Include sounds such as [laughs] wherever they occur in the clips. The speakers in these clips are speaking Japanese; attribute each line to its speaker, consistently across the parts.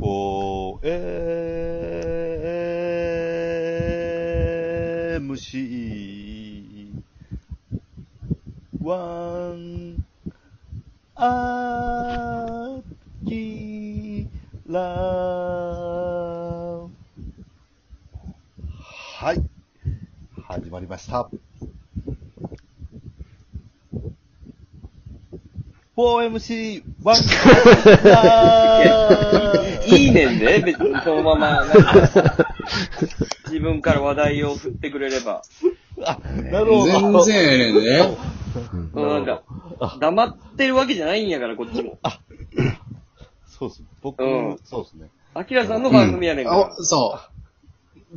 Speaker 1: こう、えー、MC、ワン、アキラはい。始まりました。4MC、ワン、ア
Speaker 2: [laughs]
Speaker 1: [laughs] キラ
Speaker 2: いいねんで、別にそのまま、なん
Speaker 3: [laughs]
Speaker 2: か自分から話題を振ってくれれば。
Speaker 1: あ、なるほど。
Speaker 3: 全然ええねん
Speaker 2: [laughs]
Speaker 3: で。
Speaker 2: そのなんか、黙ってるわけじゃないんやから、こっちも。
Speaker 1: そうっす。僕、
Speaker 2: うん
Speaker 1: そうっすね。
Speaker 2: アキラさんの番組やねんか。
Speaker 3: あそう。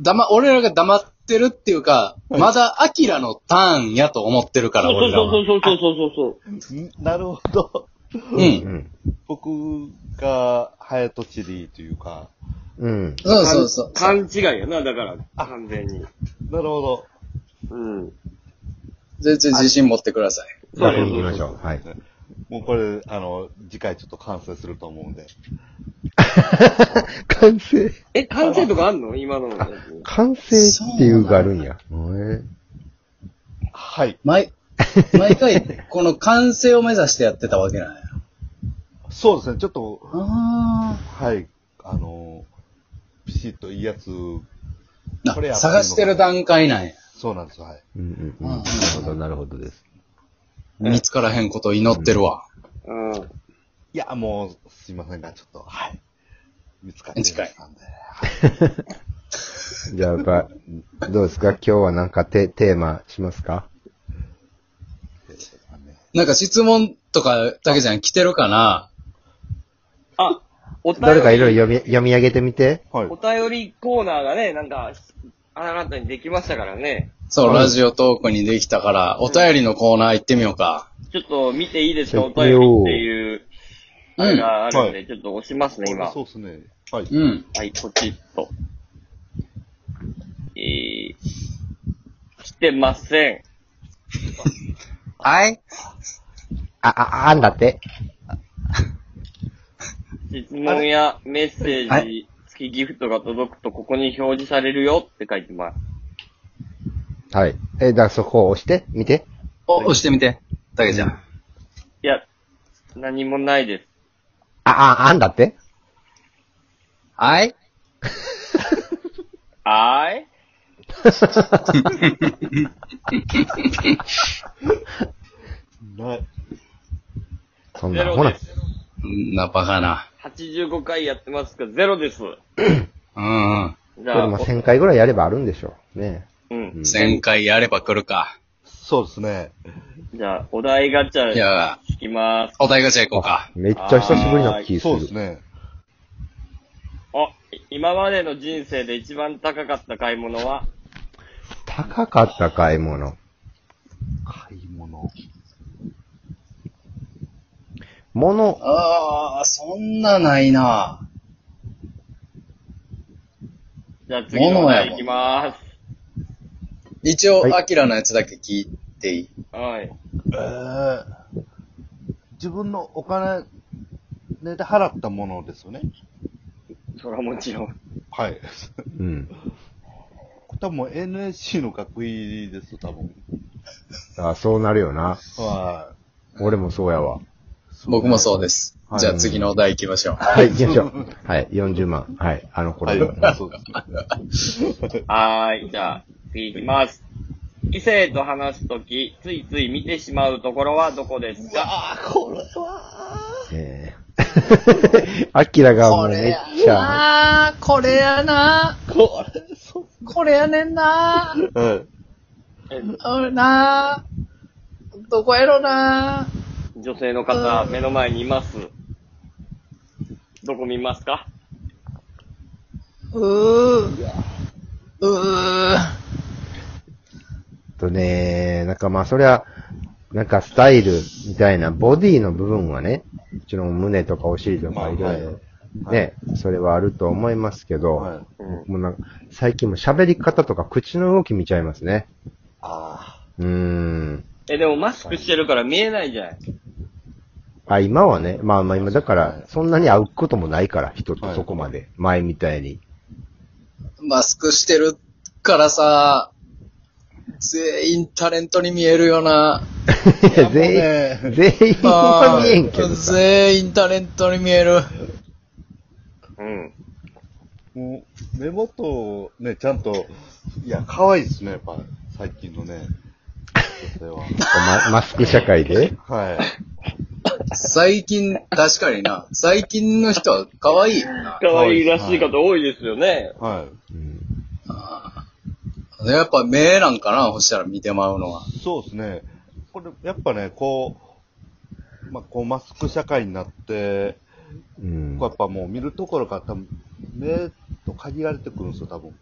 Speaker 3: 黙、俺らが黙ってるっていうか、まだアキラのターンやと思ってるからら、俺らは。
Speaker 2: そうそうそうそうそうそう。
Speaker 1: んなるほど。 [laughs]
Speaker 3: うん。
Speaker 1: 僕が、ハヤトチリというか、
Speaker 4: うん。
Speaker 3: そうそうそう。
Speaker 2: 勘勘違いやな、だから、完全に。
Speaker 1: なるほど。
Speaker 2: うん。
Speaker 3: 全然自信持ってください。
Speaker 4: やっていきましょう。はい。
Speaker 1: もうこれ、あの、次回ちょっと完成すると思うんで。
Speaker 4: 完成
Speaker 2: え、完成とかあんの今のやつ。
Speaker 4: 完成っていうがあるんや。へ
Speaker 1: はい。
Speaker 3: [laughs] 毎、毎回、この完成を目指してやってたわけなんや。
Speaker 1: そうですね、ちょっと、
Speaker 3: あ
Speaker 1: はい、あの、ピシッといいやつ、
Speaker 3: ー
Speaker 1: これや
Speaker 3: あ。探してる段階なんや。
Speaker 1: そうなんですよ、はい。
Speaker 4: えうんうん
Speaker 3: うん
Speaker 4: うん。なるほど、なるほどです。
Speaker 3: 見つからへんことを祈ってるわ。
Speaker 2: うん。
Speaker 1: いや、もう、すいませんが、ちょっと、はい。見つかってましたんで。
Speaker 4: じゃあ、ば、どうですか今日はなんかテテーマしますか
Speaker 3: なんか質問とか、だけじゃん、来てるかな
Speaker 2: あ、お便り。
Speaker 4: 誰かいろいろ読み読み上げてみて。
Speaker 1: はい
Speaker 2: お。便りコーナーがね、なんか、あなたにできましたからね。
Speaker 3: そう、ラジオトークにできたから、お便りのコーナー行ってみようか。
Speaker 2: ちょっと見ていいですかお便りっていう、あれがあるんで、ちょっと押しますね、今。
Speaker 1: そうですね。はい。
Speaker 3: うん。
Speaker 2: はい、ポチッと。えー、来てません。
Speaker 3: はい
Speaker 4: あ、あ、あんだって。
Speaker 2: 質問やメッセージ、付きギフトが届くとここに表示されるよって書いてます。
Speaker 4: はい。え、だからそこを押して、見て。
Speaker 3: お、押してみて。だけじゃん。
Speaker 2: いや、何もないです。
Speaker 4: あ、あ、あんだって。
Speaker 3: はい
Speaker 2: あーい
Speaker 1: ない。
Speaker 4: そん
Speaker 2: ゼ
Speaker 4: な、
Speaker 2: ロ
Speaker 4: ほ
Speaker 2: で
Speaker 4: ら。
Speaker 2: す。
Speaker 3: んな、バカな。
Speaker 2: 85回やってますが、ゼロです。
Speaker 3: うんうん。
Speaker 2: じ
Speaker 4: これ
Speaker 2: ゃ
Speaker 4: ま
Speaker 2: あ、
Speaker 4: あ1000回ぐらいやればあるんでしょう。ね
Speaker 2: うん。
Speaker 3: 1000回やれば来るか。
Speaker 1: そうですね。
Speaker 2: じゃあ、お題ガチャ
Speaker 3: いや、
Speaker 2: 引きます。
Speaker 3: お題ガチャ行こうか。
Speaker 4: めっちゃ久しぶりな気す
Speaker 1: そうです
Speaker 4: る。
Speaker 1: ね。
Speaker 2: あ、今までの人生で一番高かった買い物は
Speaker 4: 高かった買い物。
Speaker 1: 買い物。
Speaker 4: 物、
Speaker 3: ああ、そんなないな。
Speaker 2: じゃあ次のお題いきまー
Speaker 3: 一応
Speaker 4: はい、
Speaker 3: アキラのやつだけ聞いていい
Speaker 2: す。はい。
Speaker 1: えー、自分のお金で払ったものですよね。
Speaker 2: それはもちろん。
Speaker 1: はい。
Speaker 4: うん。
Speaker 1: 多分 NSC の学位ですよ、多分。
Speaker 4: あ、そうなるよな。
Speaker 1: は
Speaker 4: 俺もそうやわ。
Speaker 3: 僕もそうです。
Speaker 1: はい
Speaker 3: じゃあ次のお題行きましょう。
Speaker 4: [laughs] はい、行きましょ
Speaker 1: [laughs]
Speaker 4: う。はい、40万。はい、あの
Speaker 1: い。
Speaker 4: 頃
Speaker 1: はい
Speaker 4: の。。
Speaker 1: そうですね。
Speaker 2: はーい。じゃあ、次いきます。異性と話すとき、ついつい見てしまうところはどこですか
Speaker 3: ああ、これは。
Speaker 4: えー [laughs] アキラがもうめっちゃ、
Speaker 3: ああ、これやな。これ、これやねんな。
Speaker 1: はい。
Speaker 3: うんな。どこやろな。
Speaker 2: 女性の方、目の前にいます。どこ見ますか
Speaker 3: うー。うー。
Speaker 4: とね、なんかまあそりゃ、なんかスタイルみたいな、ボディの部分はね、もちろん胸とかお尻とかいろいろ、ね、それはあると思いますけど、
Speaker 1: はい。
Speaker 2: うん。
Speaker 4: もうなんか最近も喋り方とか口の動き見ちゃいますね。
Speaker 1: あ
Speaker 4: うーん。
Speaker 2: え、でもマスクしてるから見えないじゃん。
Speaker 4: あ、今はね、まあまあ今、だか
Speaker 1: は
Speaker 4: ら
Speaker 1: い、
Speaker 4: そんなに会うこともないから、人と
Speaker 1: はい
Speaker 4: そこまで、前みたいに。
Speaker 3: マスクしてるからさ、全員タレントに見えるよ
Speaker 4: [laughs]
Speaker 3: な。
Speaker 4: いや、全員、
Speaker 1: ね、
Speaker 4: 全員は見えんけどさ。
Speaker 3: 全員タレントに見える。
Speaker 2: うん。
Speaker 1: もう目元をね、ちゃんと、いや、可愛いですね、やっぱ、最近のね、女性
Speaker 4: まマスク社会で
Speaker 1: は。はい。
Speaker 3: 最近、確かにな。最近の人は可愛いよな。
Speaker 2: 可愛いらしい方多いですよ [laughs] ね。
Speaker 1: は
Speaker 4: うん
Speaker 3: やっぱ目なんかな、ほしたら見てまうのは。
Speaker 1: い。そうですね。これ、やっぱね、こう、まあ、こう、マスク社会になって、
Speaker 4: うん
Speaker 1: こうやっぱもう見るところが多分、目と限られてくるんですよ、多分。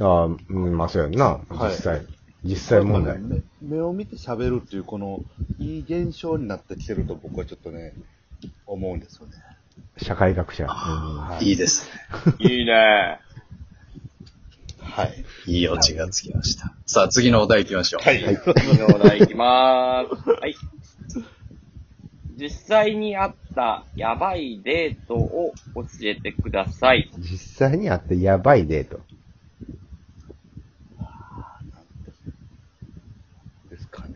Speaker 4: ああ、うんまあそうやんな、
Speaker 1: はい
Speaker 4: 実際。実際問
Speaker 1: やっ
Speaker 4: 題
Speaker 1: ぱ。ね目目を見て喋るっていう、この、いい現象になってきてると僕はちょっとね、思うんですよね。
Speaker 4: 社会学者。うん
Speaker 1: はい
Speaker 3: いいですね。
Speaker 2: いいね。
Speaker 1: はい。
Speaker 3: いいオチがつきました。さあ、次のお題行きましょう。
Speaker 1: はい。
Speaker 2: 次のお題いきまーす。はい。実際にあったやばいデートを教えてください。
Speaker 4: 実際にあってやばいデート。
Speaker 1: ですかね。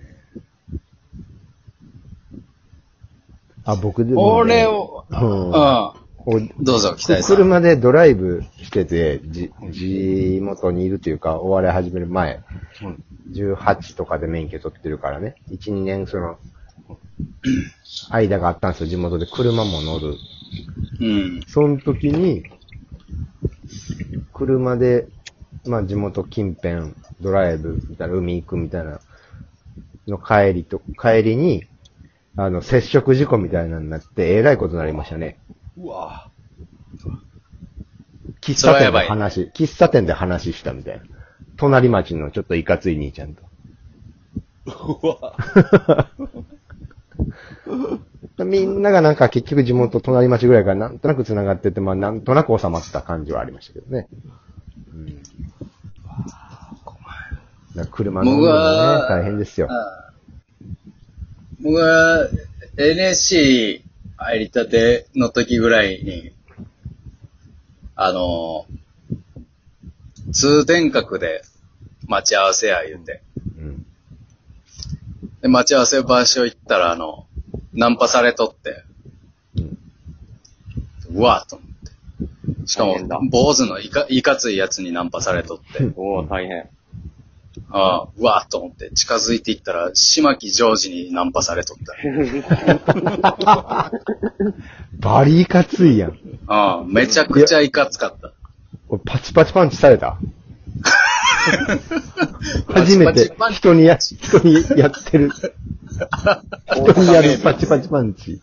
Speaker 4: あ、僕でも
Speaker 3: 俺
Speaker 4: ね、
Speaker 3: を、
Speaker 4: うん
Speaker 3: う。
Speaker 4: こうん
Speaker 3: どうぞ、期待さん。
Speaker 4: 車でドライブしてて、じ、地元にいるというか、お笑い始める前、
Speaker 1: うん
Speaker 4: 18とかで免許取ってるからね、1、2年その、間があったんですよ、地元で車も乗る。
Speaker 3: うん。
Speaker 4: その時に、車で、まあ地元近辺、ドライブ、みたいな、海行くみたいな、の帰りと、帰りに、あの、接触事故みたいなのになって、えらいことになりましたね。
Speaker 1: うわ
Speaker 4: 喫茶
Speaker 3: それはや
Speaker 4: 店
Speaker 3: ば
Speaker 4: で
Speaker 3: い
Speaker 4: 話、喫茶店で話したみたいな。隣町のちょっといかつい兄ちゃんと。
Speaker 1: ぁ。うわ
Speaker 4: [laughs] みんながなんか結局地元隣町ぐらいからなんとなく繋がってて、まあなんとなく収まった感じはありましたけどね。うん。だから車の運
Speaker 3: 僕
Speaker 4: 転も
Speaker 3: は
Speaker 4: ね、大変ですよ。
Speaker 3: 僕は NSC 入りたての時ぐらいに、あの、通天閣で待ち合わせや言うて。
Speaker 4: うん。
Speaker 3: で、待ち合わせ場所行ったら、あの、ナンパされとって、
Speaker 4: うん。
Speaker 3: うわーと思って。しか
Speaker 2: 大変だ
Speaker 3: も、坊主のいかいかついやつにナンパされとって、
Speaker 2: おー、大変。
Speaker 3: ああ、うわーと思って近づいていったら、島木ジョージにナンパされとった。
Speaker 4: バリいかついやん。
Speaker 3: ああ、めちゃくちゃいかつかった。
Speaker 4: 俺パチパチパンチさ
Speaker 3: [laughs]
Speaker 4: れた初めて
Speaker 3: パチパチパンチ
Speaker 4: 人にや、人にやっ
Speaker 3: [laughs]
Speaker 4: てる。人にやるパチパチパンチ。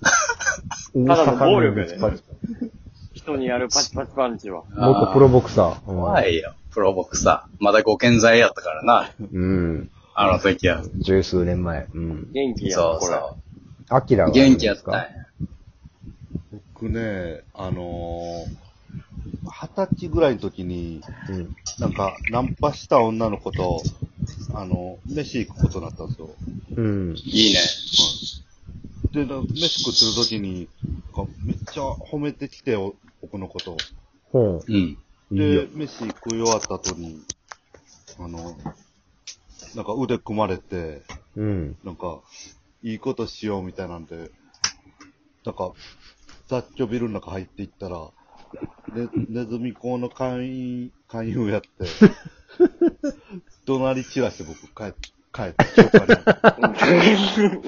Speaker 2: ただの暴力やね
Speaker 4: 大阪のパチパチ
Speaker 2: 人にやるパチパチパンチは。
Speaker 4: 元プロボクサー。お
Speaker 3: 怖
Speaker 4: 前
Speaker 3: いよ、プロボクサー。まだご健在やったからな、
Speaker 4: うん。
Speaker 3: あの時は。
Speaker 4: 十数年前。うん。
Speaker 2: 元気やん、
Speaker 3: そう
Speaker 2: これ。
Speaker 3: そ
Speaker 4: アキラ
Speaker 3: う。
Speaker 4: は
Speaker 3: 元気やったんや
Speaker 4: あ。
Speaker 1: 僕ね、あのー、二十歳ぐらいの時に、
Speaker 4: れですか
Speaker 1: なんか、ナンパした女の子と、あの、飯行くことになったんですよ。
Speaker 4: うん。うん。
Speaker 3: いいね。
Speaker 1: で、な飯食ってる時に、なんかめっちゃ褒めてきて、お僕のことを。
Speaker 4: ほ
Speaker 3: うん。
Speaker 4: う。いいよ
Speaker 1: で、。飯食い終わった後に、あの、なんか腕組まれて、
Speaker 4: うん。
Speaker 1: なんか、いいことしようみたいなんで、なんか、雑居ビルの中入っていったら、ね、ネズミ講の会員、勧誘やって、怒鳴り散らして僕帰って、帰って、消化に。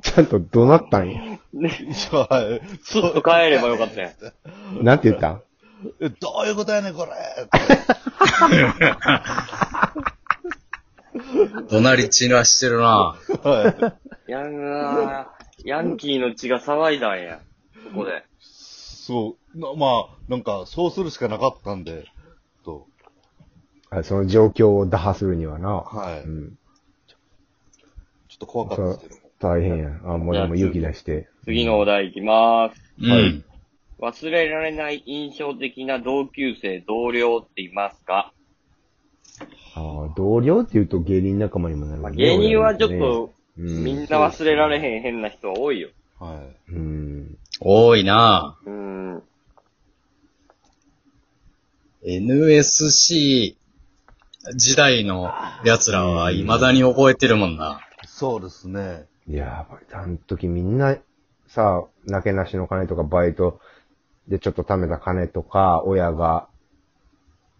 Speaker 4: ちゃんと怒鳴ったんや。
Speaker 1: はい
Speaker 2: スッと帰ればよかったやん。
Speaker 4: なんて言ったん
Speaker 1: えどういうことやねん、これ
Speaker 3: 怒鳴り散らしてるな。
Speaker 1: はい。
Speaker 2: やんー、ヤンキーの血が騒いだんや。ここで。
Speaker 1: そう、なまあ、なんか、そうするしかなかったんで、と、
Speaker 4: あその状況を打破するにはな。
Speaker 1: はい
Speaker 4: うん。
Speaker 1: ちょっと怖かったですけど。
Speaker 4: 大変や。あ、もうでも勇気出して。
Speaker 2: 次のお題いきまーす。
Speaker 3: うん。
Speaker 2: 忘れられない印象的な同級生、同僚っていますか
Speaker 4: ああ、同僚って言うと芸人仲間にもなる、
Speaker 2: 芸人はちょっと
Speaker 4: う
Speaker 2: みん
Speaker 4: ん。
Speaker 2: な忘れられへん変な人多いよ。
Speaker 1: はい。
Speaker 4: うん。
Speaker 3: 多いなぁ
Speaker 2: うーん。
Speaker 3: NSC 時代の奴らは未だに覚えてるもんな。
Speaker 1: そうですね。
Speaker 4: いやー、あの時みんな、さ、なけなしの金とかバイトでちょっと貯めた金とか、親が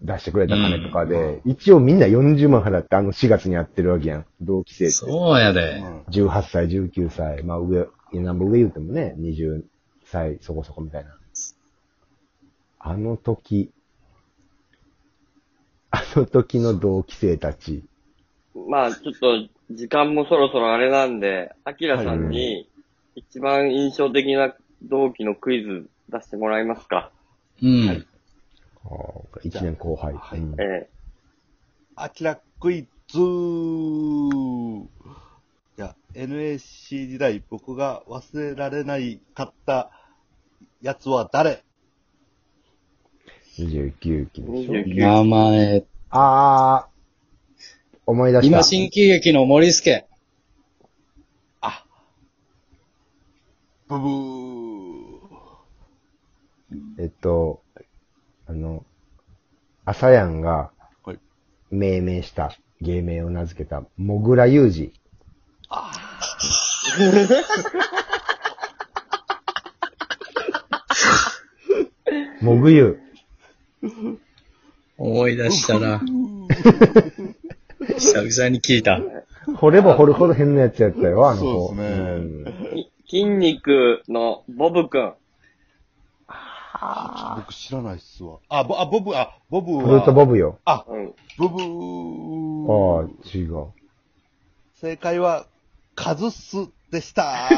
Speaker 4: 出してくれた金とかで、一応みんな40万払ってあの4月にやってるわけやん。同期生って。
Speaker 3: そうや
Speaker 1: う
Speaker 3: で。
Speaker 1: ん。
Speaker 4: 18歳、19歳、まあ上、いやなんぼ上言うてもね、20歳そこそこみたいな。あの時、あの時の同期生たち、
Speaker 2: まあ、ちょっと、時間もそろそろあれなんで、アキラさんに、一番印象的な同期のクイズ出してもらえますか。
Speaker 3: うん。
Speaker 4: 1年後輩。
Speaker 1: はい
Speaker 4: うん
Speaker 2: ええ
Speaker 1: あちらクイズいや、NSC 時代僕が忘れられないかったやつは誰
Speaker 4: 29期でしょ。
Speaker 2: 29
Speaker 3: 名前。
Speaker 4: あー、思い出した。
Speaker 3: 今新喜劇の森助。
Speaker 1: あブブー
Speaker 4: えっと、あの、アサヤンが
Speaker 1: はい、
Speaker 4: 命名した、芸名を名付けた、モグラユージ。 [laughs] モグユ
Speaker 3: 思い出したな。 [laughs] 久々に聞いた。
Speaker 4: ー。掘れば掘るほど変なやつやったよ、あの子。
Speaker 1: そうですね
Speaker 4: うん
Speaker 2: き筋肉のボブくん。
Speaker 1: 僕知らないっすわ。あ、ぼあボブ、あ、ボブ
Speaker 4: フルート
Speaker 1: は、
Speaker 4: ボブよ。
Speaker 1: あ、
Speaker 2: うん。
Speaker 1: ブブ
Speaker 4: あ
Speaker 1: ー
Speaker 4: あ、違う。
Speaker 1: 正解は、カズスでした。